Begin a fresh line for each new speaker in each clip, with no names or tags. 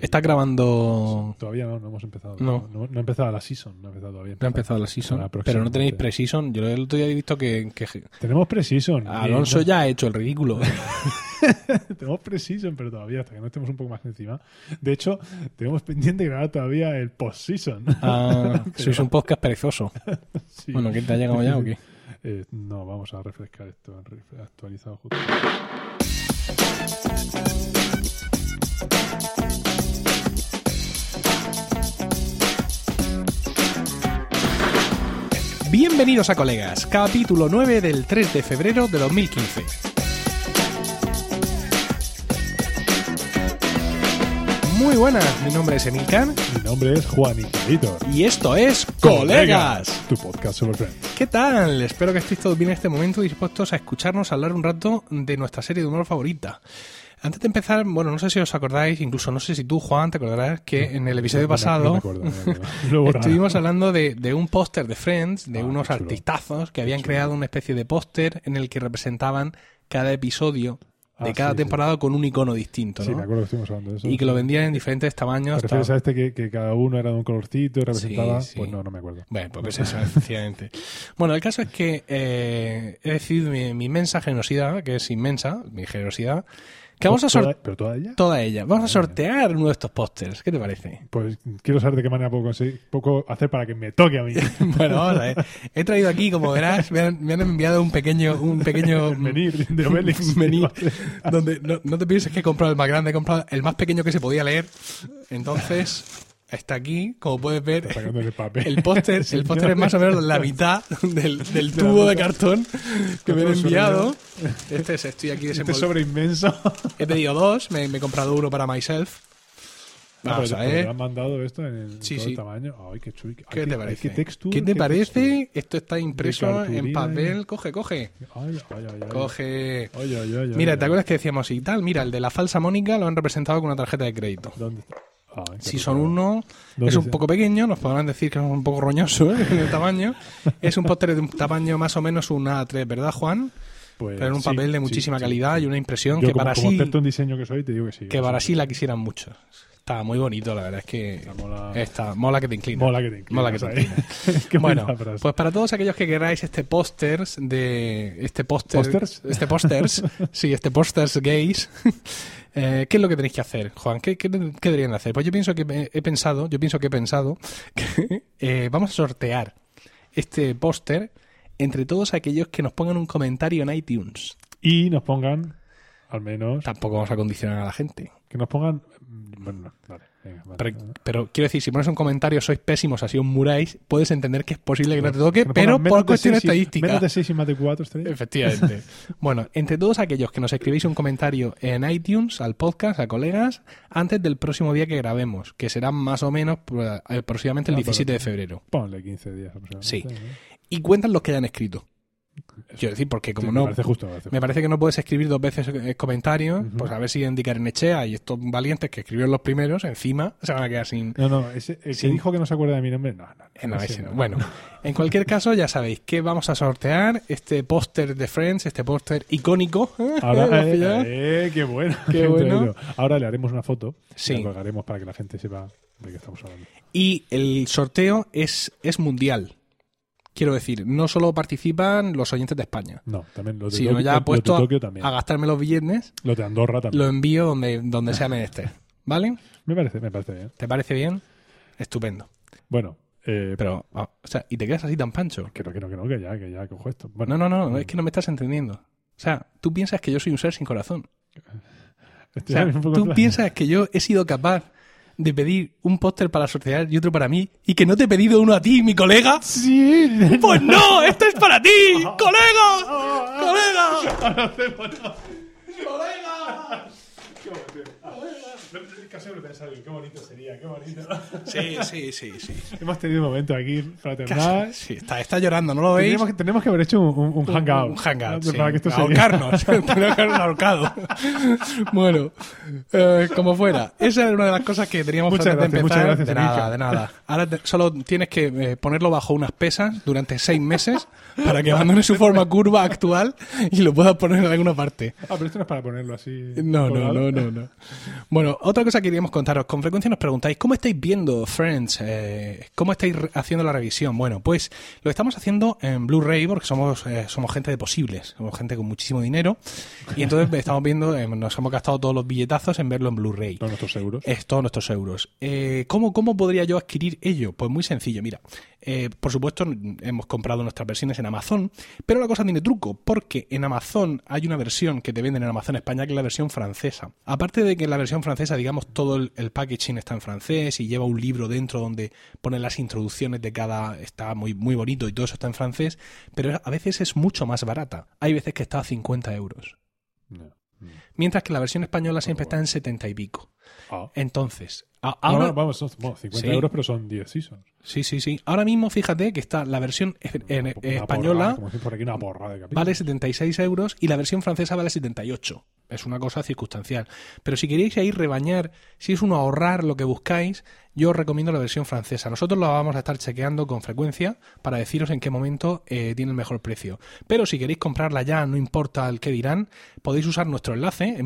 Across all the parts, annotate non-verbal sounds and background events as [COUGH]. Está grabando.
Todavía no, no hemos empezado.
No.
No, no ha empezado la season, no ha empezado todavía.
No ha empezado la season,
Ahora
pero no tenéis
próximamente.
pre-season. Yo el otro día he visto que, que
Tenemos pre-season.
Alonso
Eh,
ya ha hecho el [LAUGHS] ridículo.
no, [LAUGHS] tenemos pre-season, pero todavía hasta que no estemos un poco más encima. De hecho, tenemos pendiente grabar todavía el post-season. [LAUGHS]
[LAUGHS] Ah, sois un podcast perezoso.
Sí.
Bueno, ¿qué te ha llegado ya o qué?
Eh, no, vamos a refrescar esto. ref- Actualizado justo.
[LAUGHS] Bienvenidos a Colegas, capítulo 9 del 3 de febrero de 2015. Muy buenas, mi nombre es Emilcan
Mi nombre es Juan Iquilator.
y esto es Colegas.
Tu podcast sobre Friends.
¿Qué tal? Espero que estéis todos bien en este momento y dispuestos a escucharnos hablar un rato de nuestra serie de humor favorita. Antes de empezar, bueno, no sé si os acordáis, incluso no sé si tú, Juan, te acordarás que en el
No
episodio
me- no
pasado
me acuerdo, no me acuerdo. Lo he borrado.
[LAUGHS] estuvimos hablando de, de un póster de Friends, de
Ah,
unos
qué chulo.
artistazos que habían creado una especie de póster en el que representaban cada episodio de
Ah,
cada
sí, sí.
temporada con un icono distinto,
Sí,
¿no?
me acuerdo que estuvimos hablando de eso.
y que lo vendían en diferentes tamaños.
¿Te refieres
tal.
a este que, que cada uno era de un colorcito y representaba?
Sí, sí.
Pues no, no me acuerdo.
Bueno, pues eso, efectivamente. Bueno, el caso es que eh, he decidido mi, mi inmensa generosidad, que es inmensa, mi generosidad, que vamos a
¿Toda-
sortear
¿Pero toda ella?
toda ella. Vamos a sortear uno de estos pósters. ¿Qué te parece?
Pues quiero saber de qué manera puedo, conseguir, puedo hacer para que me toque a
[LAUGHS]
mí.
Bueno, vamos a ver. He traído aquí, como verás, me han, me han enviado un pequeño, un [LAUGHS] pequeño
Venir de
[LAUGHS]
Obelix.
menú donde no, no te pienses que he comprado el más grande, he comprado el más pequeño que se podía leer. Entonces, está aquí, como puedes ver.
Sacando el papel.
El póster, el póster es más o menos la mitad del, del tubo de cartón que me han enviado. Este es, estoy aquí
[LAUGHS] Este
desenvol-
sobre inmenso.
He pedido dos, me, me he comprado uno para myself. [LAUGHS] Vamos
Pero-
a
pero
ver.
me han mandado esto en el,
Sí,
todo
sí.
el tamaño. Ay, qué chulo. Ay,
¿Qué
ay,
te parece?
¿Qué textura?
¿Qué te
textura.
parece? Esto está impreso en
cartulina,
papel. Coge, coge.
Ay, ay, ay, ay.
Coge.
Ay, ay, ay, ay,
Mira,
ay.
¿te acuerdas que decíamos y tal? Mira, el de la falsa Mónica lo han representado con una tarjeta de crédito.
¿Dónde está? Ay, qué
Si son
raro.
uno,
¿Dónde
es un
está?
poco pequeño, nos podrán decir que es un poco roñoso ¿eh? en el tamaño. Es un póster de un tamaño más o menos un A3, ¿verdad, Juan?
Pues
Pero en un
sí,
papel de
sí,
muchísima
sí.
calidad y una impresión
Yo
que
como,
para
como
sí
experto en diseño que soy, te digo que sí.
que
o sea,
para sí la quisieran mucho. Está muy bonito, la verdad [LAUGHS] es que
mola.
está mola que te inclina.
Mola que te inclinas,
Mola que te
ahí.
inclinas.
[LAUGHS] Qué buena
bueno,
frase.
pues para todos aquellos que queráis este pósters de este póster,
¿Pósters? [LAUGHS]
este pósters, sí, este pósters gays. [LAUGHS] eh, ¿Qué es lo que tenéis que hacer, Juan? ¿Qué, qué, qué deberían de hacer? Pues yo pienso que me- he pensado, yo pienso que he pensado [LAUGHS] que eh, vamos a sortear este póster entre todos aquellos que nos pongan un comentario en iTunes.
Y nos pongan, al menos,
Tampoco vamos a condicionar a la gente.
que nos pongan... mm, Bueno, no, vale, venga, vale.
Pero, pero quiero decir, si pones un comentario, sois pésimos, así os muráis, puedes entender que es posible que no te toque,
Que nos
pero
pongan menos
por
de
cuestiones
seis y- Menos de
estadísticas. Eh,
6 y más de 4 estrellas.
Efectivamente. bueno, entre todos aquellos que nos escribéis un comentario en iTunes, al podcast, a colegas, antes del próximo día que grabemos, que será más o menos pro- aproximadamente
Ah,
el
pero-
17 de febrero.
Ponle 15 días. aproximadamente,
Sí.
¿no?
Y cuentan los que hayan escrito. Quiero decir, porque como
Sí,
no.
Me parece justo. Me parece
Me parece que no puedes escribir dos veces eh, comentarios,
Ujú.
pues a ver si en Dicarenechea y estos valientes que escribieron los primeros, encima se van a quedar sin,
No, no, ese, el que
Sí.
dijo que no se acuerda de mi nombre, no, no. no,
Eh, no,
ese
ese no.
no.
Bueno, en cualquier caso, ya sabéis que vamos a sortear este póster de Friends, este póster icónico. [LAUGHS] ¿Lo
[LAUGHS] Ahora,
has pillado?
eh, eh, qué bueno.
Qué bueno.
traído. Ahora le haremos una foto
Sí.
y la colgaremos para que la gente sepa de qué estamos hablando.
Y el sorteo es, es mundial. Quiero decir, no solo participan los oyentes de España,
No, también lo de,
sino
Tokio,
ya
lo de
puesto a,
Tokio también.
a gastarme los billetes,
Lo de Andorra también.
lo envío donde,
[LAUGHS]
donde sea menester. ¿Vale?
Me parece, me parece bien.
¿Te parece bien? Estupendo.
Bueno, eh,
Pero, ah, o sea, y te quedas así tan pancho.
que no, que no, que no, que ya, que ya cojo esto. Bueno,
No, no, no, es que no me estás entendiendo. O sea, tú piensas que yo soy un ser sin corazón. O
estoy
sea,
ahora mismo [LAUGHS] un poco en
tú
plan-
piensas que yo he sido capaz de pedir un póster para sortear y otro para mí y que no te he pedido uno a ti, mi colega.
Sí,
Pues no, esto es para ti, [LAUGHS] colega. Colega.
Casi lo he pensado, qué bonito sería, qué bonito.
Sí, sí, sí, sí.
Hemos tenido un momento aquí fraternal.
Sí, está, está llorando, ¿no lo veis?
Tenemos que, tenemos que haber hecho un, un- un hangout.
Un hangout,
¿no?
sí.
Para que esto se-
ahorcarnos, [LAUGHS] tenemos que habernos ahorcado. [LAUGHS] bueno, eh, como fuera, esa era una de las cosas que teníamos
Muchas
que antes de
gracias, muchas
empezar.
gracias,
de nada,
Emilio.
de nada. Ahora te- solo tienes que eh, ponerlo bajo unas pesas durante seis meses para que abandone su forma curva actual y lo puedas poner en alguna parte.
Ah, pero esto no es para ponerlo así.
No, no,
colgado.
no, no, no. Bueno, Bueno, otra cosa que queríamos contaros. Con frecuencia nos preguntáis, ¿cómo estáis viendo Friends? Eh, ¿Cómo estáis re- haciendo la revisión? Bueno, pues lo estamos haciendo en Blu-ray porque somos, eh, somos gente de posibles. Somos gente con muchísimo dinero. Y entonces estamos viendo, eh, nos hemos gastado todos los billetazos en verlo en Blu-ray.
Todos nuestros euros.
Es todos nuestros euros. Eh, ¿cómo, ¿Cómo podría yo adquirir ello? Pues muy sencillo, mira. Eh, por supuesto, n- hemos comprado nuestras versiones en Amazon, pero la cosa tiene truco, porque en Amazon hay una versión que te venden en Amazon España que es la versión francesa. Aparte de que en la versión francesa, digamos, todo el, el packaging está en francés y lleva un libro dentro donde pone las introducciones de cada. está muy, muy bonito y todo eso está en francés, pero a veces es mucho más barata. Hay veces que está a 50 euros.
No.
Mientras que la versión española siempre está en 70 y pico.
Ah.
Entonces, a-
Ahora,
ahora,
vamos, son bueno, 50
Sí.
euros, pero son 10 seasons.
sí, sí, sí. Ahora mismo, fíjate que está la versión en- en- eh,
Una porrada,
española
como dicen por aquí, una borra de capítulos.
vale 76 euros y la versión francesa vale 78. Es una cosa circunstancial. Pero si queréis ahí rebañar, si es uno ahorrar lo que buscáis, yo os recomiendo la versión francesa. Nosotros la vamos a estar chequeando con frecuencia para deciros en qué momento eh, tiene el mejor precio. Pero si queréis comprarla ya, no importa el que dirán, podéis usar nuestro enlace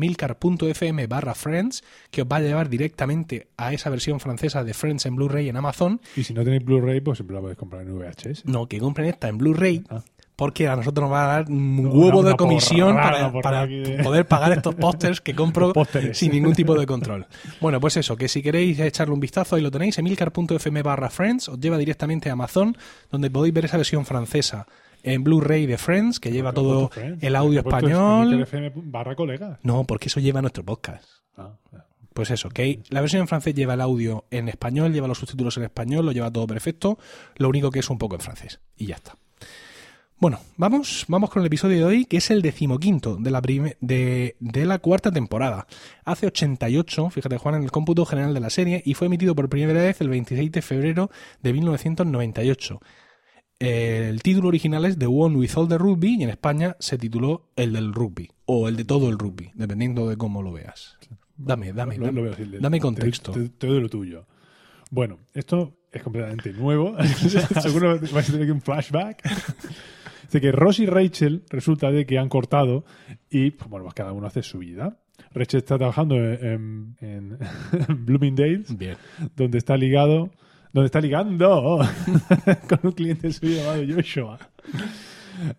emilcar.fm barra friends que os va a llevar directamente a esa versión francesa de Friends en Blu-ray en Amazon.
Y si no tenéis Blu-ray, pues siempre la podéis comprar en VHS.
No, que compren esta en Blu-ray
Ah.
porque a nosotros nos va a dar un
Una-
huevo de
una
comisión
porrada
para,
por
para
aquí de-
poder pagar
[LAUGHS]
estos pósters que compro
Los pósteres.
sin ningún tipo de control. Bueno, pues eso, que si queréis echarle un vistazo, ahí lo tenéis, emilcar.fm barra Friends, os lleva directamente a Amazon, donde podéis ver esa versión francesa en Blu-ray de Friends, que lleva
Porque han
todo
puesto Friends,
el audio
han puesto
español.
FM barra colegas.
No, porque eso lleva nuestro podcast.
Ah, ah.
Pues eso, que la versión en francés lleva el audio en español, lleva los subtítulos en español, lo lleva todo perfecto, lo único que es un poco en francés. Y ya está. Bueno, vamos, vamos con el episodio de hoy, que es el decimoquinto de la, prime- de, de la cuarta temporada. Hace 88, fíjate Juan, en el cómputo general de la serie y fue emitido por primera vez el 26 de febrero de 1998. El título original es The One with All the Rugby y en España se tituló El del Rugby o El de todo el Rugby, dependiendo de cómo lo veas. Dame, dame,
Lo-
dame.
lo veo así, le-
dame
te-
contexto.
Te, te doy lo tuyo. Bueno, esto es completamente nuevo. [LAUGHS] Seguro vais a tener que un flashback. [LAUGHS] Dice que Ross y Rachel resulta de que han cortado y, pues, bueno, pues cada uno hace su vida. Rachel está trabajando en, en- en [LAUGHS] Bloomingdale's,
Bien.
donde está ligado, donde está ligando [LAUGHS] con un cliente suyo llamado Joshua.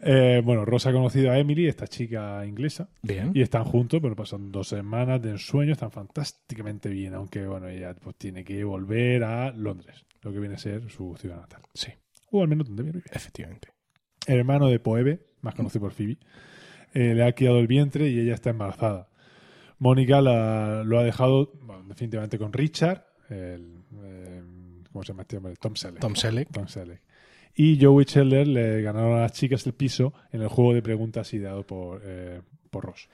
Eh, bueno, Ross ha conocido a Emily, esta chica inglesa,
Bien.
y están juntos, pero pasan dos semanas de ensueño, están fantásticamente bien, aunque bueno, ella pues, tiene que volver a Londres, lo que viene a ser su ciudad natal.
Sí,
O al menos donde vive.
efectivamente.
El hermano de Poebe, más conocido por Phoebe, eh, le ha quedado el vientre y ella está embarazada. Mónica la- lo ha dejado bueno, definitivamente con Richard, el, eh, ¿cómo se llama este hombre? Tom Selleck.
Tom Selleck.
Tom Selleck. Y Joey Scheller le ganaron a las chicas el piso en el juego de preguntas ideado por, eh, por Ross.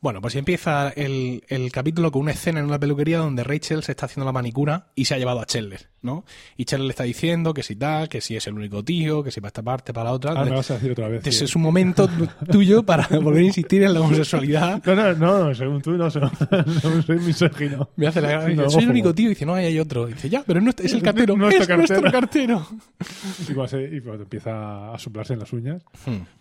Bueno, pues empieza el, el capítulo con una escena en una peluquería donde Rachel se está haciendo la manicura y se ha llevado a Chandler, ¿no? Y Chandler le está diciendo que si tal, que si es el único tío, que si para esta parte, para la otra.
Ah, me vas a decir otra vez.
Ese
que-
es un momento tu- tuyo para [LAUGHS] volver a insistir en la homosexualidad.
No, no, no, según tú no, [LAUGHS] soy- no soy misógino.
Me hace la gracia.
No,
Soy el
ojo.
único tío. Y dice, no, ahí hay otro. Y dice, ya, pero es nuestro- es el
Es
cartero.
nuestro
es nuestro cartero.
Y cuando, se- y cuando empieza a soplarse en las uñas,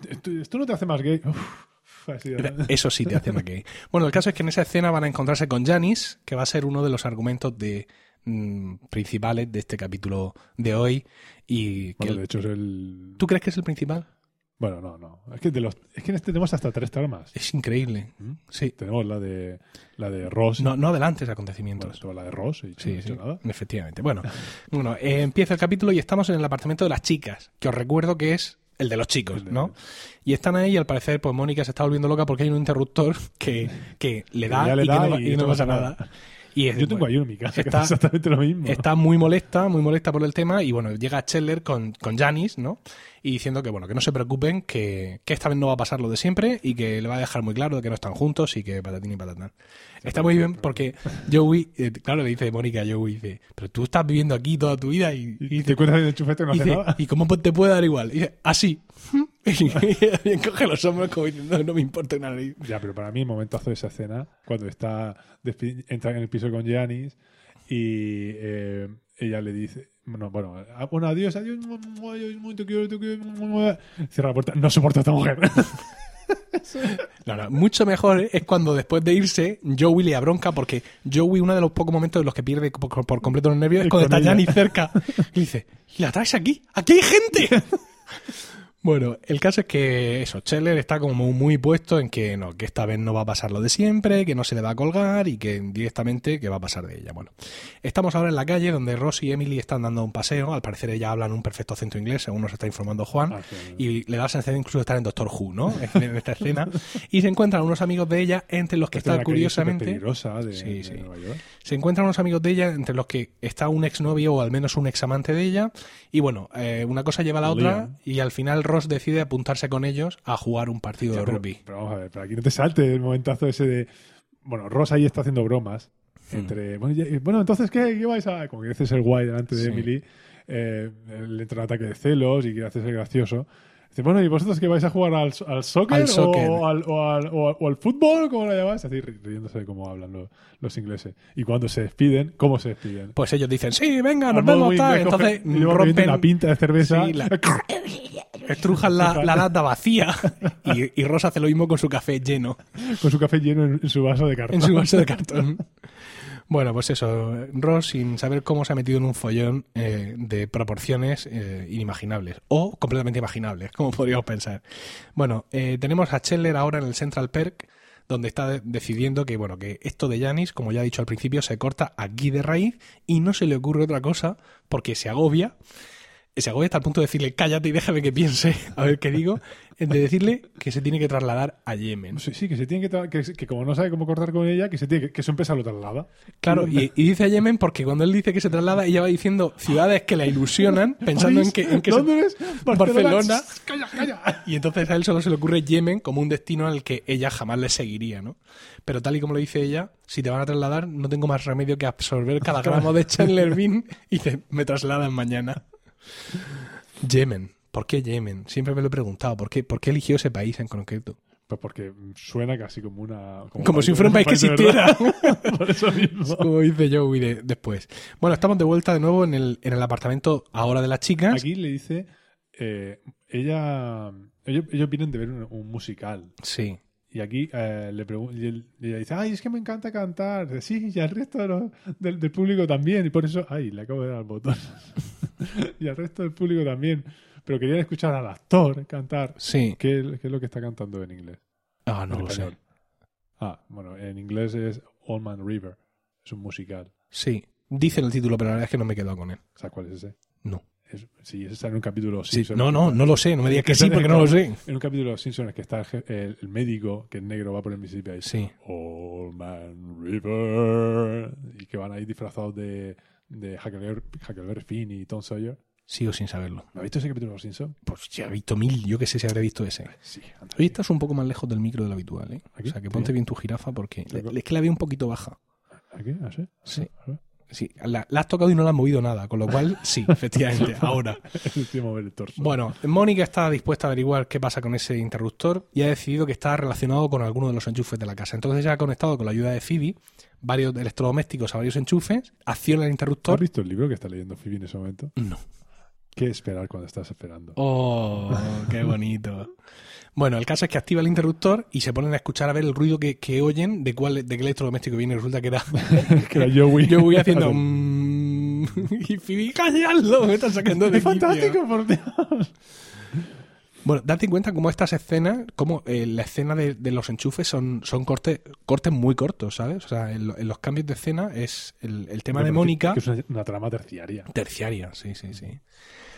¿esto, esto no te hace más gay? Uf, así, ¿no?
Eso sí te hace McKay. Bueno, el caso es que en esa escena van a encontrarse con Janis, que va a ser uno de los argumentos de mm, principales de este capítulo de hoy. Y que
Bueno, de
el-
hecho es el...
¿Tú crees que es el principal?
Bueno, no, no. Es que, de los... es que en este tenemos hasta tres tramas.
Es increíble.
¿Mm?
Sí.
Tenemos la de, la de Ross.
No, no adelantes
Bueno,
acontecimientos.
estuvo la de Ross y no
Sí,
he hecho
sí,
nada. [LAUGHS]
efectivamente. Bueno, bueno eh, empieza el capítulo y estamos en el apartamento de las chicas, que os recuerdo que es el de los chicos,
El de-
¿no? Y están ahí y al parecer, pues Mónica se está volviendo loca porque hay un interruptor [LAUGHS] que, que le da,
ya le
y, que
da
no,
y
y no
no
pasa
pasa
nada. Y es-
Yo tengo
bueno,
ahí uno en mi casa que
está-
hace exactamente lo mismo.
Está muy molesta, muy molesta por el tema y bueno, llega Scheller con, con Janis, ¿no? Y diciendo que bueno, que no se preocupen, que, que esta vez no va a pasar lo de siempre y que le va a dejar muy claro que no están juntos y que patatín y patatán. Está muy bien porque Joey, eh, claro, le dice Mónica a Joey, dice, pero tú estás viviendo aquí toda tu vida y, y
Y,
dice,
te cuentas en el chufete que no
y
hace
dice,
nada.
"¿Y cómo te puede dar igual? Y dice, así. [LAUGHS] Y, y coge los hombros como diciendo, no me importa una nariz.
Ya, pero para mí el momentazo de esa escena, cuando está despi- entra en el piso con Giannis y eh, ella le dice, bueno, bueno, ah, bueno, adiós,
[LAUGHS]
adiós, mu- mu- adiós, mu- te quiero, te quiero, mu- mu- mu- cierra la puerta, no soporto a esta mujer.
No, no, mucho mejor es cuando después de irse Joey le abronca porque Joey, uno de los pocos momentos en los que pierde por, por completo los nervios es
Es
cuando
con
está
ella.
Jani cerca. Y dice, ¿y la traes aquí? ¡Aquí hay
[LAUGHS]
gente! Bueno, el caso es que eso, Scheller está como muy puesto en que no, que esta vez no va a pasar lo de siempre, que no se le va a colgar y que directamente que va a pasar de ella. Bueno, estamos ahora en la calle donde Ross y Emily están dando un paseo, al parecer ella hablan un perfecto acento inglés, según nos está informando Juan,
Ah, claro.
y le da la sensación incluso de estar en Doctor Who, ¿no? En esta escena, y se encuentran unos amigos de ella, entre los que
Esta es
está
la calle
curiosamente...
superpeligrosa de,
Sí,
de
sí.
Nueva York.
Se encuentran unos amigos de ella, entre los que está un exnovio o al menos un examante de ella. Y bueno, eh, una cosa lleva a la otra
Liam.
y al final Ross decide apuntarse con ellos a jugar un partido
Ya,
de
pero,
rugby.
pero vamos a ver, para que no te salte el momentazo ese de. Bueno, Rosa ahí está haciendo bromas.
Hmm.
Entre. Bueno, ya- eh, bueno, entonces, ¿qué, qué vais a.? Como quiere hacerse el guay delante de
Sí.
Emily, eh, le entra un ataque de celos y quiere hacerse el gracioso. Dice, bueno, ¿y vosotros qué vais a jugar al, al soccer,
Al soccer.
O, al, o al- o al- o al fútbol? ¿Cómo lo llamáis? Así ri- riéndose de cómo hablan los, los ingleses. Y cuando se despiden, ¿cómo se despiden?
Pues ellos dicen, sí, venga, nos
Al modo
vemos,
inglés,
tal.
cogen-
Entonces
y luego revientan
rompen,
la pinta de cerveza.
Sí, la- estrujan la, la lata vacía [LAUGHS] y, y Ross hace lo mismo con su café lleno
[LAUGHS] con su café lleno en, en su vaso de cartón.
en su vaso de cartón. Bueno, pues eso, Ross sin saber cómo se ha metido en un follón eh, de proporciones eh, inimaginables o completamente imaginables, como podríamos pensar. Bueno, eh, tenemos a Scheller ahora en el Central Perk, donde está de- decidiendo que, bueno, que esto de Janis, como ya he dicho al principio, se corta aquí de raíz y no se le ocurre otra cosa porque se agobia. Se agobia hasta el punto de decirle, cállate y déjame que piense, a ver qué digo, de decirle que se tiene que trasladar a Yemen.
Sí, sí, que se tiene que, tra- que, que como no sabe cómo cortar con ella, que se tiene que, que su empresa lo traslada.
Claro, y, y dice a Yemen porque cuando él dice que se traslada, ella va diciendo ciudades que
[LAUGHS]
la ilusionan, pensando en que, en que se-
Londres, Barcelona.
Barcelona.
Shh, Calla, calla.
Y entonces a él solo se le ocurre Yemen como un destino al que ella jamás le seguiría, ¿no? Pero tal y como lo dice ella, si te van a trasladar, no tengo más remedio que absorber cada gramo de Chandler Bean y te, me trasladan mañana. Yemen. ¿Por qué Yemen? Siempre me lo he preguntado. ¿Por qué, por qué eligió ese país en concreto?
Pues porque suena casi como una.
Como si fuera un país que
de verdad. [LAUGHS]
existiera.
Por eso mismo.
[LAUGHS] Como dice Joey de- después. Bueno, estamos de vuelta de nuevo en el, en el apartamento ahora de las chicas.
Aquí le dice. eh, ella. Ellos, ellos vienen de ver un, un musical.
Sí.
Y aquí eh, le pregun- y él- y ella dice, ay, es que me encanta cantar. Dice, sí, y al resto de los- del, del público también. Y por eso, ay, le acabo de dar al botón. [LAUGHS] y al resto del público también. Pero querían escuchar al actor cantar.
Sí.
¿Qué, qué es lo que está cantando en inglés?
Ah, no
En
lo sé.
español. Ah, bueno, en inglés es Old Man River. Es un musical.
Sí. Dicen el título, pero la verdad es que no me he quedado con él.
¿Sabes cuál es ese?
No.
Es- sí, ese está en un capítulo de los
Sí,
Simpsons.
no, no, no lo sé. No me digas que sí, porque no lo sé.
En un capítulo de los Simpsons es que está el, je- el- el médico, que es negro, va por el Mississippi ahí.
Sí.
Old Man River. Y que van ahí disfrazados de, de Huckleberry, Huckleberry Finn y Tom Sawyer.
Sigo sin saberlo.
¿No has visto ese capítulo de los Simpsons?
Pues ya he visto mil. Yo que sé si habré visto ese.
Sí, anda.
Hoy estás un poco más lejos del micro de lo habitual, ¿eh?
Aquí,
O sea, que
sí.
ponte bien tu jirafa porque
Claro.
le- es que la veo un poquito baja.
¿Aquí? ¿Ah, sí?
Sí.
Ah,
Sí, la, la has tocado y no la has movido nada, con lo cual [LAUGHS] sí, efectivamente, ahora.
sí. Estoy a mover [LAUGHS] el torso.
Bueno, Mónica está dispuesta a averiguar qué pasa con ese interruptor y ha decidido que está relacionado con alguno de los enchufes de la casa. Entonces ya ha conectado con la ayuda de Phoebe varios electrodomésticos a varios enchufes, acciona el
¿Has
interruptor.
visto el libro que está leyendo Phoebe en ese momento?
No.
¿Qué esperar cuando estás esperando?
Oh, qué bonito. Bueno, el caso es que activa el interruptor y se ponen a escuchar a ver el ruido que, que oyen de cuál de qué electrodoméstico viene. Resulta que era
[LAUGHS] que era Joey.
[LAUGHS] yo voy
[LAUGHS]
haciendo
Hace-
mm, [LAUGHS] y Phoebe, calladlo, me están sacando de
[LAUGHS] ¡Es
quicio".
fantástico, por Dios!
Bueno, date cuenta cómo estas escenas, como la escena de, de los enchufes son, son cortes, cortes muy cortos, ¿sabes? O sea, en, lo- en los cambios de escena es el, el tema de Mónica.
Que es una, una trama terciaria.
Terciaria, sí, sí, sí. [LAUGHS]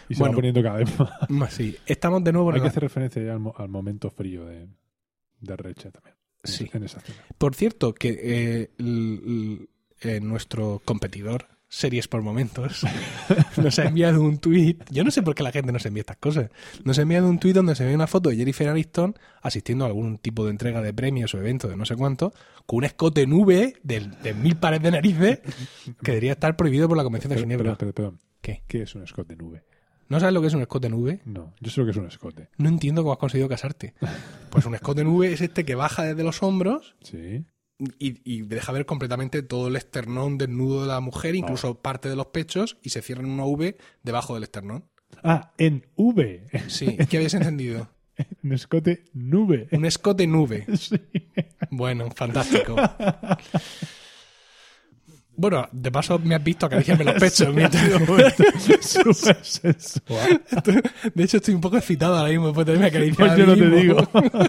Y se
Bueno.
va poniendo cada vez más.
Más, sí. Estamos de nuevo en
Hay que
la-
hacer referencia ya al, mo- al momento frío de, de Reche también. En
Sí.
esa- En esa escena.
Por cierto, que eh, l- l- eh, nuestro competidor, Series por Momentos, [LAUGHS] nos ha enviado un tuit. Yo no sé por qué la gente nos envía estas cosas. Nos ha enviado un tuit donde se ve una foto de Jennifer Aniston asistiendo a algún tipo de entrega de premios o evento de no sé cuánto, con un escote en V de, de mil pares de narices que debería estar prohibido por la Convención de
Pero-
Ginebra.
Perdón, perdón, perdón.
¿Qué?
¿Qué es un escote de nube?
¿No sabes lo que es un escote en V?
No, yo sé lo que es un escote.
No entiendo cómo has conseguido casarte. Pues un escote en V es este que baja desde los hombros
Sí.
y, y deja ver completamente todo el esternón desnudo de la mujer, incluso parte de los pechos, y se cierra en una V debajo del esternón.
Ah, en V. [LAUGHS]
Sí, [LAUGHS] ¿qué habéis entendido?
Un escote nube.
Un escote nube.
Sí.
Bueno, fantástico. Bueno, de paso me has visto acariciarme
[LAUGHS]
los pechos. mientras-
Súper
[LAUGHS]
sensual.
De hecho, estoy un poco excitado ahora mismo después de haberme acariciado.
Pues yo
a mí
no te
mismo.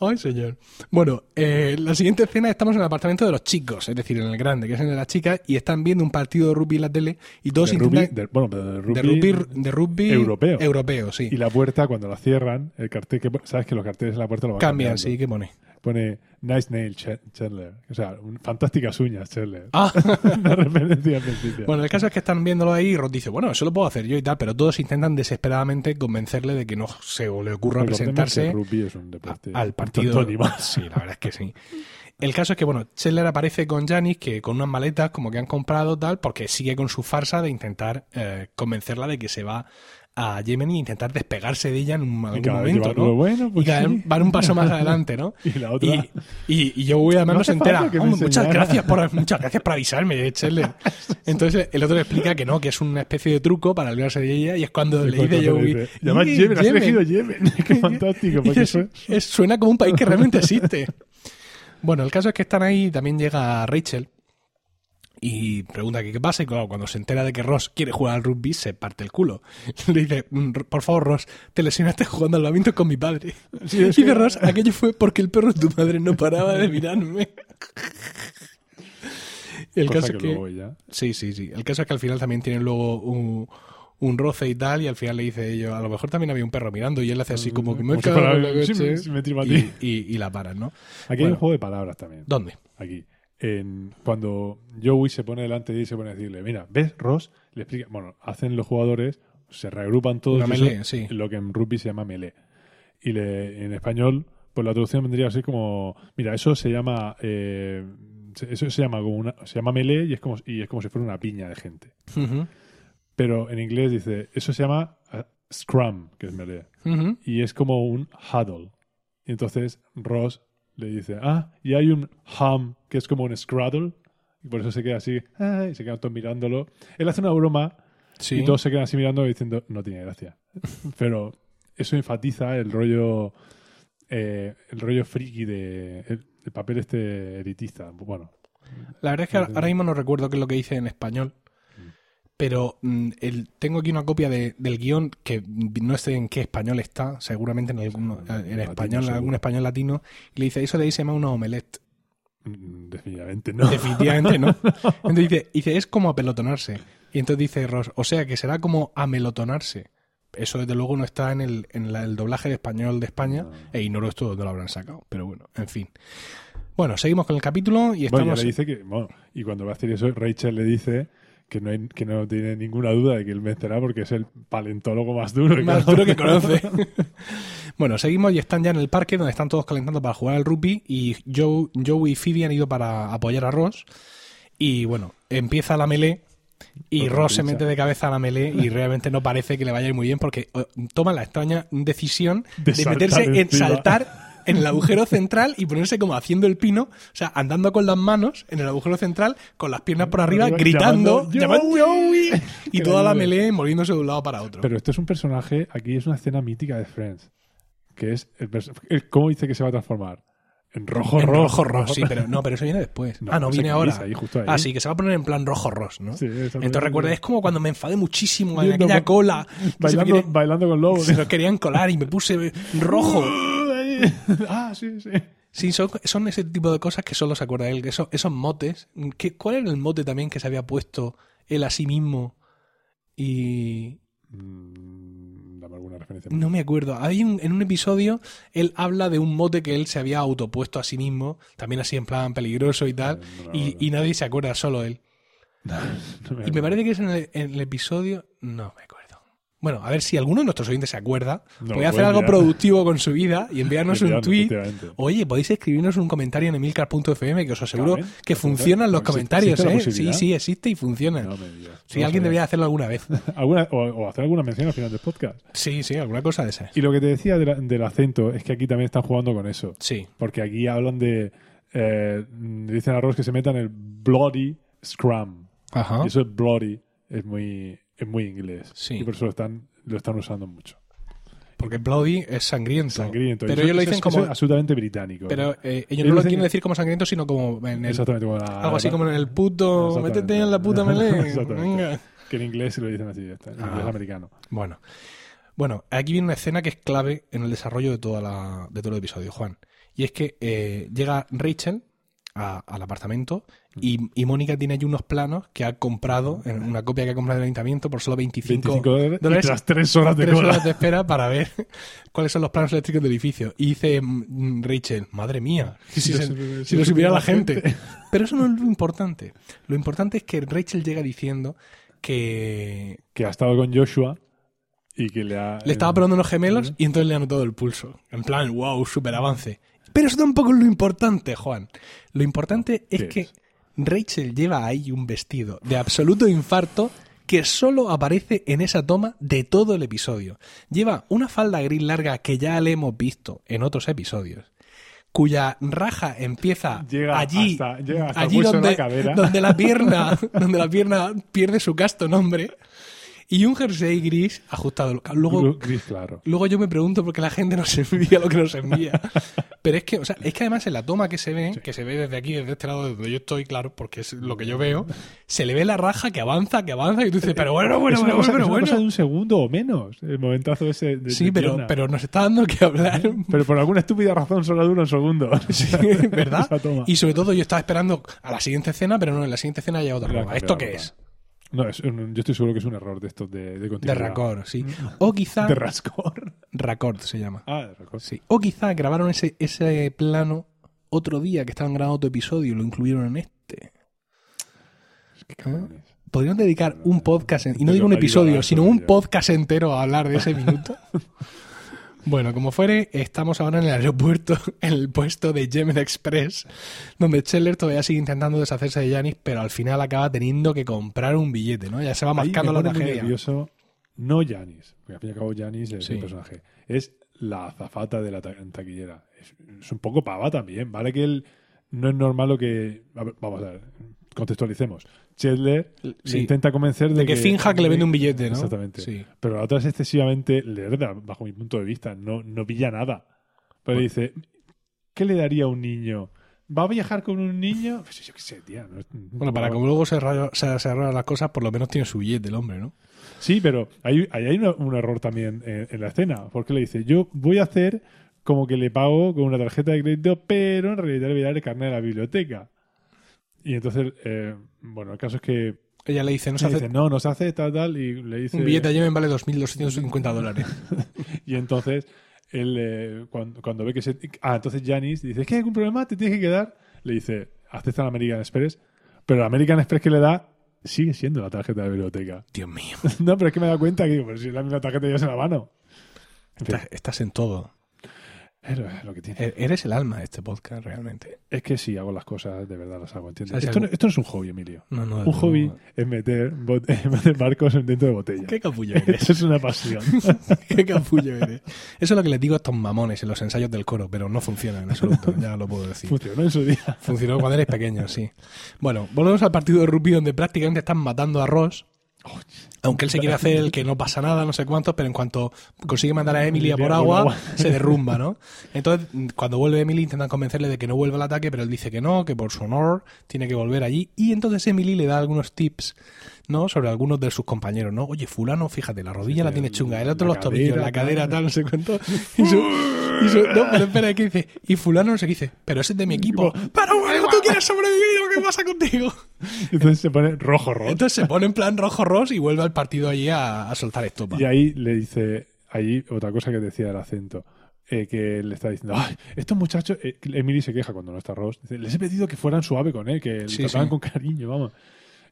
[LAUGHS] Ay, señor. Bueno, eh, la siguiente escena estamos en el apartamento de los chicos, es decir, en el grande, que es en el de las chicas, y están viendo un partido de rugby en la tele y todos
De
intentan...
rugby, de- bueno, pero de rugby,
de rugby, de rugby
europeo.
europeo, sí.
Y la puerta, cuando la cierran, el cartel que pon- sabes que los carteles en la puerta lo van
Cambian,
cambiando?
sí, ¿qué pone?
Pone Nice Nail Ch- Chandler. O sea, un- fantásticas uñas, Chandler. [LAUGHS]
Ah,
Una referencia al principio.
bueno, el caso es que están viéndolo ahí y Ross dice, bueno, eso lo puedo hacer yo y tal, pero todos intentan desesperadamente convencerle de que no se le ocurra
Recordemos que
presentarse
el rugby es un deporte
al
un
partido.
tanto animal.
Sí, la verdad es que sí. El caso es que, bueno, Chandler aparece con Janis, que con unas maletas como que han comprado tal, porque sigue con su farsa de intentar eh, convencerla de que se va a Yemen y intentar despegarse de ella en un
Y [LAUGHS]
algún
cada vez
momento,
llevarlo
¿no?
bueno, pues
y cada vez
sí.
van un
[LAUGHS]
paso más adelante, ¿no?
Y la otra.
Y, y, y yo voy además
No
no,
hace
se entera.
falta que me
"Hombre, muchas
enseñara".
gracias por muchas gracias por avisarme,
[LAUGHS]
eh, Chandler. Entonces el otro le explica que no, que es una especie de truco para librarse de ella y es cuando le dice yo
Y además, Yemen, has
eh.
elegido Yemen.
[LAUGHS]
Qué fantástico. porque fue-
suena como un país que realmente existe. Bueno, el caso es que están ahí, también llega Rachel y pregunta que qué pasa y claro, cuando se entera de que Ross quiere jugar al rugby se parte el culo. [LAUGHS] Le dice, "Mm, por favor Ross, te lesionaste jugando al lamento con mi padre.
Sí, es
Y de
que-
Ross, aquello fue porque el perro de tu madre no paraba de
[LAUGHS]
mirarme. Y el
Cosa
caso
que
es que...
luego ya-
Sí, sí, sí. El caso es que al final también tienen luego un, un roce y tal, y al final le dice ellos, a lo mejor también había un perro mirando, y él hace así como que me he
Como si
cagado en
fuera-
la
sí,
leche.
sí, me tripa a
y,
ti.
y, y la paran, ¿no?
Aquí hay
Bueno.
un juego de palabras también.
¿Dónde?
Aquí. En, cuando Joey se pone delante de él y se pone a decirle, mira, ¿ves Ross? Le explica. Bueno, hacen los jugadores, se reagrupan todos.
Una
y eso-
melee, sí.
Lo que en rugby se llama melee. Y le- en español, pues la traducción vendría así como, mira, eso se llama. eh, se- eso se llama como una, se llama melee y es como y es como si fuera una piña de gente.
Ujú,
Pero en inglés dice, eso se llama eh, scrum, que es melee
ujú.
y es como un huddle. Y entonces Ross le dice, ah, y hay un hum, que es como un scraddle, y por eso se queda así, ah, y se quedan todos mirándolo. Él hace una broma
Sí.
y todos se quedan así mirando y diciendo, no tiene gracia. [LAUGHS] Pero eso enfatiza el rollo, eh, el rollo friki de... El, el papel este elitista, bueno,
La verdad es que
Mm.
ahora ahora mismo no recuerdo qué es lo que dice en español. Pero mm, el- tengo aquí una copia de- del guión que no sé en qué español está, seguramente en alguno,
Ah, Latino,
en español, en
seguro.
algún español latino, y le dice, eso de ahí se llama una omelette.
mm, definitivamente no. [LAUGHS]
Definitivamente no. Entonces dice, dice, es como apelotonarse. Y entonces dice Ross, o sea que será como amelotonarse. Eso desde luego no está en el, en la- el doblaje de español de España
No.
e ignoro esto donde lo habrán sacado. Pero bueno, en fin. Bueno, seguimos con el capítulo
Bueno,
y
ya
estamos...
le dice que, bueno, y cuando va a hacer eso, Rachel le dice que no, hay- que no tiene ninguna duda de que él vencerá porque es el paleontólogo más duro que
más
conoce.
duro que conoce. [LAUGHS] bueno, seguimos y están ya en el parque donde están todos calentando para jugar al rugby y Joe, Joe y Phoebe han ido para apoyar a Ross y bueno, empieza la melee y
Otra
Ross se
lucha.
mete de cabeza a la melee y realmente no parece que le vaya a ir muy bien porque eh, toma la extraña decisión
De
de,
saltar
meterse en
encima.
saltar en el agujero central y ponerse como haciendo el pino, o sea, andando con las manos en el agujero central, con las piernas por arriba,
Arriba,
gritando,
llamando,
llamando, Joey, y
Qué
toda la
duro.
melee moviéndose de un lado para otro.
[LAUGHS] Pero este es un personaje, aquí es una escena mítica de Friends, que es el, pers- el- cómo dice que se va a transformar. En rojo,
En
rojo,
rojo Ross, sí, pero no, pero eso viene después.
No,
ah, no,
pues
viene
aquí
ahora.
es ahí, justo ahí.
Ah, sí, que se va a poner en plan rojo Ross, ¿no?
Sí, exactamente.
Entonces recuerda, es como cuando me enfadé muchísimo en
Yendo
aquella
con-
cola. que se me
Bailando,
quería-
bailando con lobos.
se lo querían colar y me puse
[LAUGHS]
rojo.
ah, sí, sí.
Sí, son, son ese tipo de cosas que solo se acuerda él. Esos, esos motes. ¿Qué, ¿Cuál era el mote también que se había puesto él a sí mismo? Y.
Mm, Dame alguna referencia.
No me acuerdo. Hay un- en un episodio él habla de un mote que él se había autopuesto a sí mismo, también así en plan peligroso y tal,
Eh, no,
y,
no.
y nadie se acuerda, solo él.
No
Y me
acuerdo.
parece que es en el, en el episodio. No me acuerdo. Bueno, a ver si alguno de nuestros oyentes se acuerda.
No, lo
puede hacer
pueden
algo
mirar.
productivo con su vida y enviarnos un
Efectivamente,
tweet.
efectivamente.
Oye, podéis escribirnos un comentario en emilcar.fm que os aseguro
Carmen,
que
¿existe?
funcionan los
¿Existe-
comentarios,
existe la
¿eh? Sí,
posibilidad?
sí, existe y funciona.
No me digas.
Si
Vamos a
alguien
ver.
debería hacerlo alguna vez.
Alguna- o, o hacer alguna mención al final del podcast.
Sí, sí, alguna cosa de esas.
Y lo que te decía de la- del acento es que aquí también están jugando con eso.
Sí.
Porque aquí hablan de. eh, le dicen a Ross que se metan el bloody scrum.
Ajá.
Y eso es bloody, es muy, es muy inglés.
¿Ah? Sí.
Y por eso lo están, lo están usando mucho.
Porque bloody es sangriento.
Sangriento.
Pero
Eso-
ellos lo
eso
dicen
es-
como.
eso es absolutamente británico.
pero eh, ellos
Ellos [LAUGHS]
no lo
dicen
quieren
que-
decir como sangriento, sino como en el-
Exactamente como la-
algo así
la-
como en el puto.
Exactamente.
Métete en la puta melee.
[LAUGHS] Exactamente.
Venga.
Que en inglés se lo dicen así, ya está. En
Ah.
inglés americano.
Bueno. Bueno, aquí viene una escena que es clave en el desarrollo de, toda la, de todo el episodio, Juan. Y es que eh, llega Rachel a- al apartamento y, y Mónica tiene allí unos planos que ha
Ah,
comprado, en una copia que ha comprado del ayuntamiento por solo 25,
25 dólares,
dólares.
y tras 3 horas de
tres
cola.
horas de espera para ver [LAUGHS] cuáles son los planos eléctricos del edificio. Y dice mm, Rachel, madre mía,
[LAUGHS]
si,
Si
se-
lo supiera-
si lo supiera la gente. Pero eso no es lo importante. Lo importante es que Rachel llega diciendo que
Que ha estado con Joshua y que le ha...
le estaba probando los gemelos
Ujú.
y entonces le ha notado el pulso. En plan, wow, super avance. Pero eso tampoco es lo importante, Juan. Lo importante es
¿Qué
que
es?
Rachel lleva ahí un vestido de absoluto infarto que solo aparece en esa toma de todo el episodio. Lleva una falda gris larga que ya le hemos visto en otros episodios, cuya raja empieza
Llega
allí,
hasta- llega hasta el
allí
hueso de
donde,
la cadera.
donde
[LAUGHS]
la pierna, donde la pierna pierde su casto nombre, y un jersey gris ajustado. Luego,
Gris claro.
Luego yo me pregunto por qué la gente nos envía lo que
[LAUGHS]
nos envía. Pero es que, o sea, es que además en la toma que se ve, que se ve desde aquí, desde este lado de donde yo estoy, claro, porque es lo que yo veo, se le ve la raja que avanza, que avanza, y tú dices, pero bueno, bueno,
es una
bueno,
cosa,
bueno,
es una cosa
bueno.
de un segundo o menos. El momentazo ese de
Sí,
de
pero,
pierna.
pero nos está dando que
[LAUGHS]
hablar.
Pero por alguna estúpida razón solo dura un segundo.
[LAUGHS] Sí, ¿Verdad?
[LAUGHS] Esa toma.
Y sobre todo yo estaba esperando a la siguiente escena, pero no, en la siguiente escena ya otra
Mira,
ropa.
cambiado,
¿Esto qué
¿verdad?
es?
No, es un- yo estoy seguro que es un error de estos de, de
De
continuidad.
racor, sí. O quizá...
Mm, De rascor.
Racord se llama.
Ah, de racor.
Sí. O quizá grabaron ese, ese plano otro día que estaban grabando otro episodio y lo incluyeron en este.
Qué cabrones.
Podrían dedicar un podcast, en- y
Te
no digo
lo
un
parió
episodio,
la
sino un
suya.
podcast entero a hablar
[LAUGHS]
de ese minuto. Bueno, como fuere, estamos ahora en el aeropuerto, [LAUGHS] en el puesto de Yemen Express, donde Scheller todavía sigue intentando deshacerse de Yanis, pero al final acaba teniendo que comprar un billete, ¿no? Ya se va
Ahí me
marcando la
pone muy
tragedia.
nervioso, no Janis, porque al fin y al cabo Janis es
Sí.
un personaje, es la azafata de la ta- taquillera. Es, es un poco pava también, ¿vale? Que él no es normal lo que... a ver, vamos a ver, contextualicemos. Chandler le
Sí.
intenta convencer de,
De que finja que le vende un billete, ¿no?
Exactamente.
Sí.
Pero la otra es excesivamente lerda, bajo mi punto de vista. No, no pilla nada. Pero dice, ¿qué le daría a un niño? ¿Va a viajar con un niño? Pues yo qué sé, tía. no es-
Bueno, para
no-
como luego se arreglan se, se arreglan las cosas, por lo menos tiene su billete el hombre, ¿no?
Sí, pero ahí, ahí hay una- un error también eh, en, en la escena, porque le dice, yo voy a hacer como que le pago con una tarjeta de crédito, pero en realidad le voy a dar el carnet de la biblioteca. Y entonces, eh, bueno, el caso es que
Ella le dice, no se
le
hace
dice, no, no se hace tal, tal, y le dice...
Un billete de Yemen vale 2.250 dólares.
Y entonces, él, eh, cuando, cuando ve que se... Ah, entonces Janice dice, ¿es que hay algún problema? ¿Te tienes que quedar? Le dice, acepta la American Express, pero la American Express que le da sigue siendo la tarjeta de biblioteca. [LAUGHS]
Dios mío,
No, pero es que me he dado cuenta que digo, pero si es la misma tarjeta ya se la mano. En fin,
estás, estás en todo.
es lo- es lo que tiene.
E- Eres el alma de este podcast, realmente.
Es que si hago las cosas, de verdad las hago, ¿entiendes?
¿Sabes
Esto no,
algo?
esto no es un hobby, Emilio.
No, no,
Un
no.
hobby es meter, bot- [LAUGHS] es meter barcos dentro de botella.
Qué capullo eres. [LAUGHS]
Esto es una [LAUGHS] pasión.
Qué capullo eres. Eso es lo que les digo a estos mamones en los ensayos del coro, pero no funciona
[LAUGHS]
en absoluto, ya lo puedo decir.
Funcionó en su día.
[LAUGHS] Funcionó cuando eres pequeño, sí. Bueno, volvemos al partido de rugby donde prácticamente están matando a Ross. Aunque él se quiere hacer el que no pasa nada, no sé cuántos, pero en cuanto consigue
[LAUGHS]
mandar a Emily a por agua, se derrumba, ¿no? Entonces, mm, cuando vuelve Emily, intentan convencerle de que no vuelva al ataque, pero él dice que no, que por su honor tiene que volver allí. Y entonces Emily le da algunos tips, ¿no? Sobre algunos de sus compañeros, ¿no? Oye, fulano, fíjate, la rodilla
Sí,
la
sí,
tiene chunga, el otro
la
los tobillos,
cadera,
la cadera, tal, no
[LAUGHS]
sé cuánto. Y su, y su- no, pero espera, ¿qué dice? Y fulano no sé qué dice, pero ese es de mi equipo. ¡Para, bueno, tú quieres sobrevivir! ¿Qué pasa contigo?
Entonces se pone rojo, rojo.
Entonces se pone en plan rojo Ross y vuelve al partido allí a, a soltar estopa.
Y ahí le dice, ahí otra cosa que decía el acento, eh, que le está diciendo, "Ay, estos muchachos, eh, Emily se queja cuando no está Ross, dice, les he pedido que fueran suave con él, que le
Sí,
trataran
sí.
con cariño, vamos.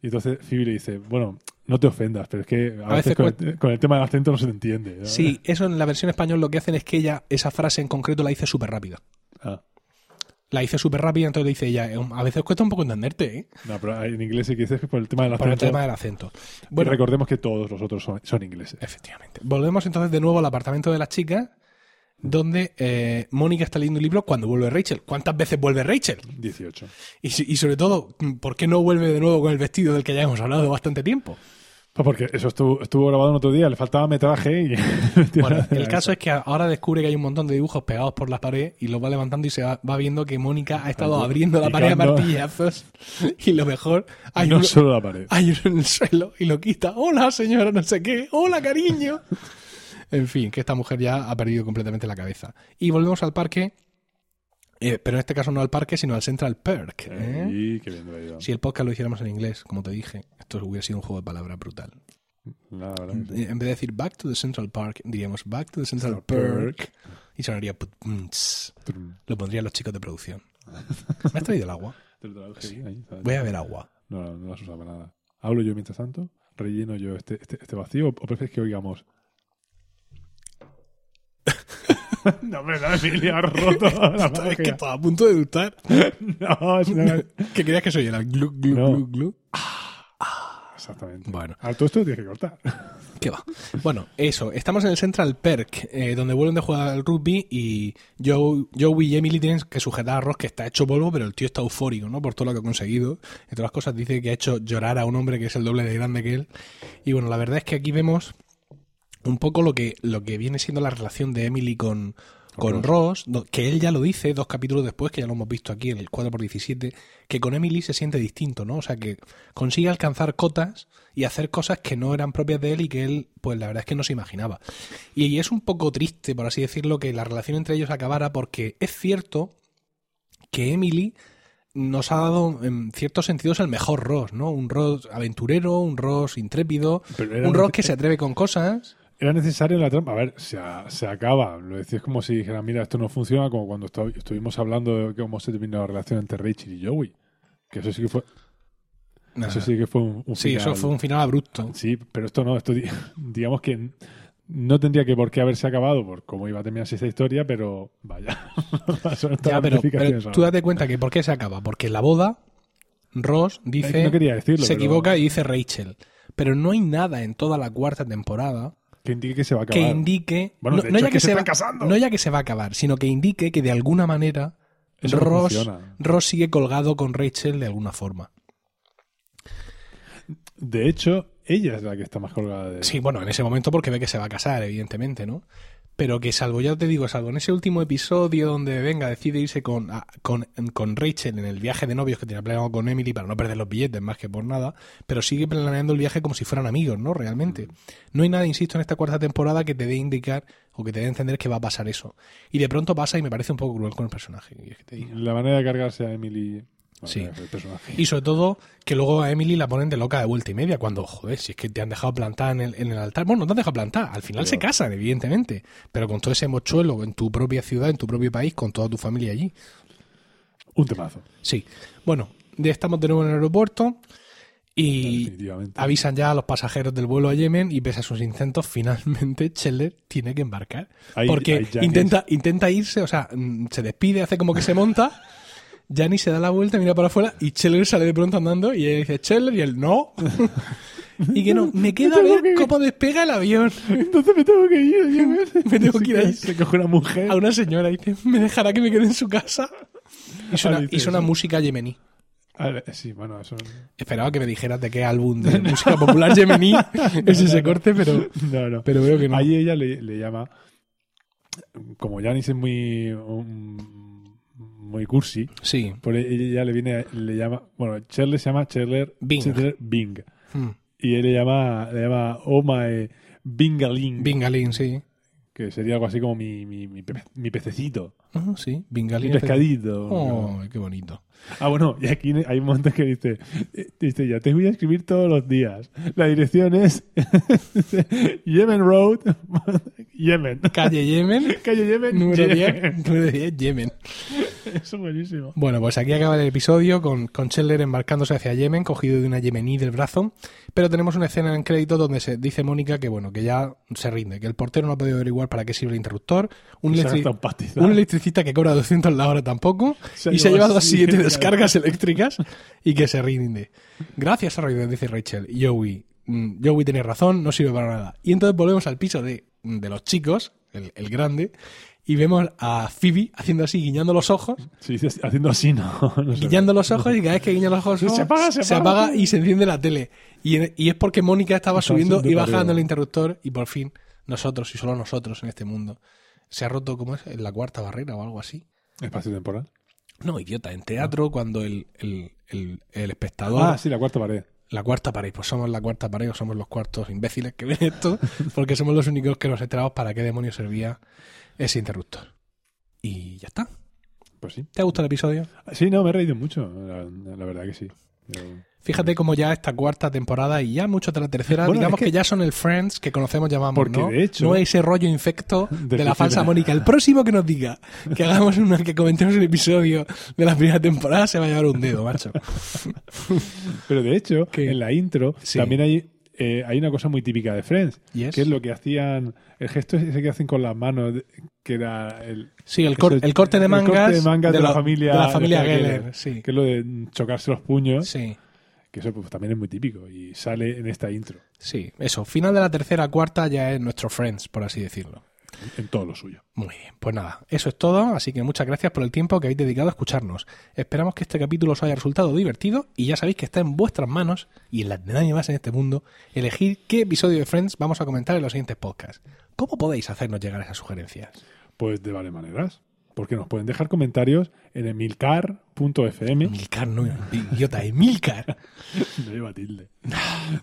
Y entonces Phoebe le dice, bueno, no te ofendas, pero es que a,
A
veces,
veces
con, el, con el tema del acento no se te entiende. ¿no?".
Sí, eso en la versión español lo que hacen es que ella, esa frase en concreto, la dice súper rápida.
[LAUGHS] Ah,
La dice súper rápida, entonces le dice ella, "Eh, a veces cuesta un poco entenderte, ¿eh?
no, pero en inglés sí que dices que por el tema del acento.
Por el tema del acento.
Y recordemos que todos los otros son, son ingleses.
Efectivamente. Volvemos entonces de nuevo al apartamento de las chicas, donde eh, Mónica está leyendo un libro cuando vuelve Rachel. ¿Cuántas veces vuelve Rachel?
18.
Y, si- y sobre todo, ¿por qué no vuelve de nuevo con el vestido del que ya hemos hablado bastante tiempo?
Pues porque eso estuvo, estuvo grabado en otro día, le faltaba metraje y... [LAUGHS]
Bueno, el caso es que ahora descubre que hay un montón de dibujos pegados por la pared y los va levantando y se va, va viendo que Mónica ha estado abriendo la pared a
Picando.
martillazos [LAUGHS] y lo mejor hay,
no
uno,
solo la pared.
hay uno en el suelo y lo quita. Hola señora, no sé qué. Hola cariño. En fin, que esta mujer ya ha perdido completamente la cabeza. Y volvemos al parque, eh, pero en este caso no al parque, sino al Central Park. ¿eh?
Ay, qué bien traído.
Si el podcast lo hiciéramos en inglés, como te dije, esto hubiera sido un juego de palabras brutal.
La verdad que sí.
En vez de decir Back to the Central Park, diríamos Back to the Central
Central Park.
Park. Y sonaría putz. Lo pondrían los chicos de [LAUGHS] producción. ¿Me has traído el agua?
Te lo traduje bien ahí, ¿sabes?
Voy a ver agua.
No, no las usaba nada. Hablo yo mientras tanto, relleno yo este, este, este vacío, o prefieres que oigamos. [LAUGHS] no, hombre, la familia ha roto. [LAUGHS] La
Es que
magia.
estaba a punto de dudar.
no, es una-
¿Qué querías [LAUGHS] que soy? ¿Era glu, glu,
No.
glu, glu?
Exactamente.
Bueno,
A todo esto tienes que cortar. [LAUGHS]
¿qué va? Bueno, eso. Estamos en el Central Park, eh, donde vuelven de jugar al rugby y Joe, Joey y Emily tienen que sujetar a Ross, que está hecho polvo, pero el tío está eufórico, ¿no? Por todo lo que ha conseguido. Entre las cosas, dice que ha hecho llorar a un hombre que es el doble de grande que él. Y bueno, la verdad es que aquí vemos un poco lo que, lo que viene siendo la relación de Emily con, con
Con
Ross, do- que él ya lo dice dos capítulos después, que ya lo hemos visto aquí en el 4x17, que con Emily se siente distinto, ¿no? O sea, que consigue alcanzar cotas y hacer cosas que no eran propias de él y que él, pues la verdad es que no se imaginaba. Y, y es un poco triste, por así decirlo, que la relación entre ellos acabara, porque es cierto que Emily nos ha dado en ciertos sentidos el mejor Ross, ¿no? Un Ross aventurero, un Ross intrépido,
Pero era
un Ross que se atreve con cosas.
Era necesario la trampa. A ver, se, a- se acaba. Lo decías como si dijera, mira, esto no funciona, como cuando estu- estuvimos hablando de cómo se terminó la relación entre Rachel y Joey. Que eso sí que fue,
Nada.
eso sí que fue un, un
Sí,
final.
eso fue un final abrupto.
Sí, pero esto no, esto di- [LAUGHS] digamos que no tendría que por qué haberse acabado por cómo iba a terminarse esta historia, pero vaya. [LAUGHS] Son todas
Ya,
las
pero,
notificaciones
pero tú
ahora.
date cuenta que ¿por qué se acaba? Porque en la boda, Ross dice,
No quería decirlo,
se
pero-
equivoca y dice Rachel. Pero no hay nada en toda la cuarta temporada
Que indique que se va a
que
acabar.
indique...
Bueno,
no,
de
no
hecho
ya
es que se
va,
están casando.
no ya que se va a acabar, sino que indique que de alguna manera
Eso no
Ross,
funciona.
Ross sigue colgado con Rachel de alguna forma.
De hecho, ella es la que está más colgada de.
Sí, bueno, en ese momento porque ve que se va a casar, evidentemente, ¿no? Pero que salvo, ya te digo, salvo en ese último episodio donde venga, decide irse con, a- con, con Rachel en el viaje de novios que tenía planeado con Emily para no perder los billetes más que por nada, pero sigue planeando el viaje como si fueran amigos, ¿no? Realmente. No hay nada, insisto, en esta cuarta temporada que te dé a indicar o que te dé a entender que va a pasar eso. Y de pronto pasa y me parece un poco cruel con el personaje. ¿qué quieres que te diga?
La manera de cargarse a Emily. bueno,
Sí.
el personaje.
Y sobre todo que luego a Emily la ponen de loca de vuelta y media cuando, joder, si es que te han dejado plantada en el, en el altar. Bueno, no te han dejado plantada, al final
Pero-
se casan, evidentemente, pero con todo ese mochuelo en tu propia ciudad, en tu propio país, con toda tu familia allí.
Un temazo.
Sí. Bueno, ya estamos de nuevo en el aeropuerto y
definitivamente.
avisan ya a los pasajeros del vuelo a Yemen y pese a sus intentos, finalmente Scheller tiene que embarcar.
Ahí-
porque
ahí Janis-
intenta, intenta irse, o sea, mm, se despide, hace como que se monta. Yanni se da la vuelta, mira para afuera y Scheller sale de pronto andando y ella dice, Scheller, y él, no. [LAUGHS] y que no, me queda a ver cómo despega el avión.
[LAUGHS] Entonces me tengo
[LAUGHS]
que ir. ya ves.
Me tengo que ir ahí.
Se coge una mujer.
A una señora y dice, me dejará que me quede en su casa. Y suena,
dice
y suena
eso.
música yemení.
A ver, sí, bueno, eso.
Esperaba que me dijeras de qué álbum de música popular
[LAUGHS]
yemení es ese corte, pero,
No, no.
pero veo que no.
Ahí ella le, le llama, como Janis es muy un- muy cursi,
Sí.
por e, ella ella le viene, le llama, bueno, Chandler se llama Chandler
Bing.
Chandler Bing.
Mm.
Y él le llama, le llama Oh my Bingaling,
Bingalín, sí.
que sería algo así como mi, mi, mi, pe- mi pececito,
Ah, sí,
mi
Bingalín.
pescadito.
Oh, qué bonito.
Ah, bueno, y aquí hay un momento que dice, eh, dice ya te voy a escribir todos los días. La dirección es [LAUGHS] Yemen Road, [LAUGHS] Yemen.
Calle [LAUGHS] Yemen,
Calle Yemen,
número
Yemen.
10, número 10, Yemen.
Eso [LAUGHS] es buenísimo.
Bueno, pues aquí acaba el episodio con, con Scheller embarcándose hacia Yemen, cogido de una yemení del brazo. Pero tenemos una escena en crédito donde se dice Mónica que, bueno, que ya se rinde, que el portero no ha podido averiguar para qué sirve el interruptor. Un,
Se
electri-
gasta un pastizal.
un electricista que cobra 200 la hora tampoco.
Se ha
y se ha
llevado
llevado
[LAUGHS]
las siete
siete
descargas eléctricas y que se rinde. Gracias a Raiden, dice Rachel. Joey, mm, Joey tiene razón, no sirve para nada. Y entonces volvemos al piso de, de los chicos el, el grande, y vemos a Phoebe haciendo así, guiñando los ojos,
Sí, sí, haciendo así, no. [LAUGHS] no se ve.
guiñando los ojos, y cada vez que guiña los ojos,
Se apaga, se apaga.
y se enciende la tele. Y, en- y es porque Mónica estaba
Está
subiendo y
haciendo
bajando
tarea.
el interruptor, y por fin nosotros, y solo nosotros en este mundo, se ha roto como es la cuarta barrera o algo así.
Espacio temporal.
No, idiota, en teatro cuando el, el- el- el espectador
Ah, sí, la cuarta pared.
la cuarta pared, pues somos la cuarta pared o somos los cuartos imbéciles que ven
[LAUGHS]
esto, porque somos los únicos que nos enteramos para qué demonios servía ese interruptor. Y ya está.
Pues sí.
¿Te ha gustado el episodio?
Sí, no, me he reído mucho. La, la verdad que sí. Pero-
Fíjate cómo ya esta cuarta temporada y ya mucho de la tercera,
Bueno,
digamos
es
que...
que-
ya son el Friends que conocemos, llamamos,
Porque
¿no?
de hecho-
no ese rollo infecto
[LAUGHS]
de,
De
la
que
falsa
tiene-
Mónica. El próximo que nos diga que hagamos una, que comentemos un episodio de la primera temporada se va a llevar un
[LAUGHS]
dedo, macho.
Pero de hecho,
¿Qué?
en la intro
Sí.
también hay, eh, hay una cosa muy típica de Friends,
Yes.
que es lo que hacían, el gesto ese que hacen con las manos, de- que era el,
Sí, el, cor-
Eso-
el corte de
el
mangas,
corte de, mangas de, la,
lo-
familia,
de la familia
de Frank
Geller,
Geller,
sí.
que es lo de mm, chocarse los puños,
Sí.
que eso pues, también es muy típico y sale en esta intro,
Sí, eso. Final de la tercera, cuarta ya es nuestro Friends, por así decirlo.
en todo lo suyo.
Muy bien, pues nada, eso es todo, así que muchas gracias por el tiempo que habéis dedicado a escucharnos. Esperamos que este capítulo os haya resultado divertido y ya sabéis que está en vuestras manos y en las de nadie más en este mundo elegir qué episodio de Friends vamos a comentar en los siguientes podcasts. ¿Cómo podéis hacernos llegar esas sugerencias?
Pues de varias maneras, porque nos pueden dejar comentarios en emilcar.fm,
Emilcar, no, idiota,
[LAUGHS]
Emilcar.
no lleva tilde,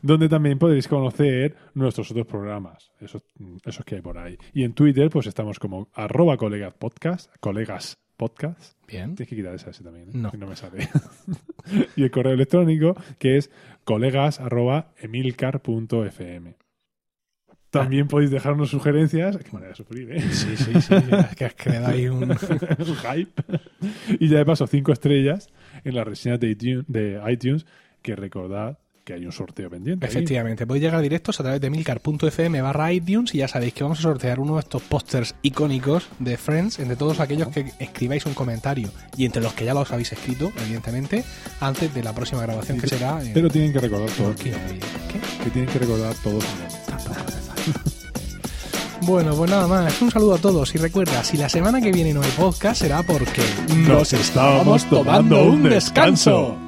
donde también podréis conocer nuestros otros programas, esos, esos que hay por ahí. Y en Twitter pues estamos como arroba colegas podcast, colegas podcast,
Bien.
Tienes que quitar esa S también, ¿eh?
No.
Que no me sale. [LAUGHS] y el correo electrónico, que es colegas.emilcar.fm. También podéis dejarnos sugerencias. Qué manera de sufrir, ¿eh?
Sí, sí, sí, es que, es que me dais
[LAUGHS]
un...
Un hype. Y ya de paso, cinco estrellas en las reseñas de iTunes, de iTunes, que recordad que hay un sorteo pendiente. ahí.
Efectivamente, podéis llegar directos a través de milcar.fm barra iTunes y ya sabéis que vamos a sortear uno de estos pósters icónicos de Friends entre todos aquellos que escribáis un comentario y entre los que ya los habéis escrito, evidentemente, antes de la próxima grabación que será en...
Pero tienen que recordar todos.
¿Qué? ¿Qué?
Que tienen que recordar todos.
Bueno, pues nada más, un saludo a todos y recuerda, si la semana que viene no hay podcast será porque
Nos estábamos tomando un descanso.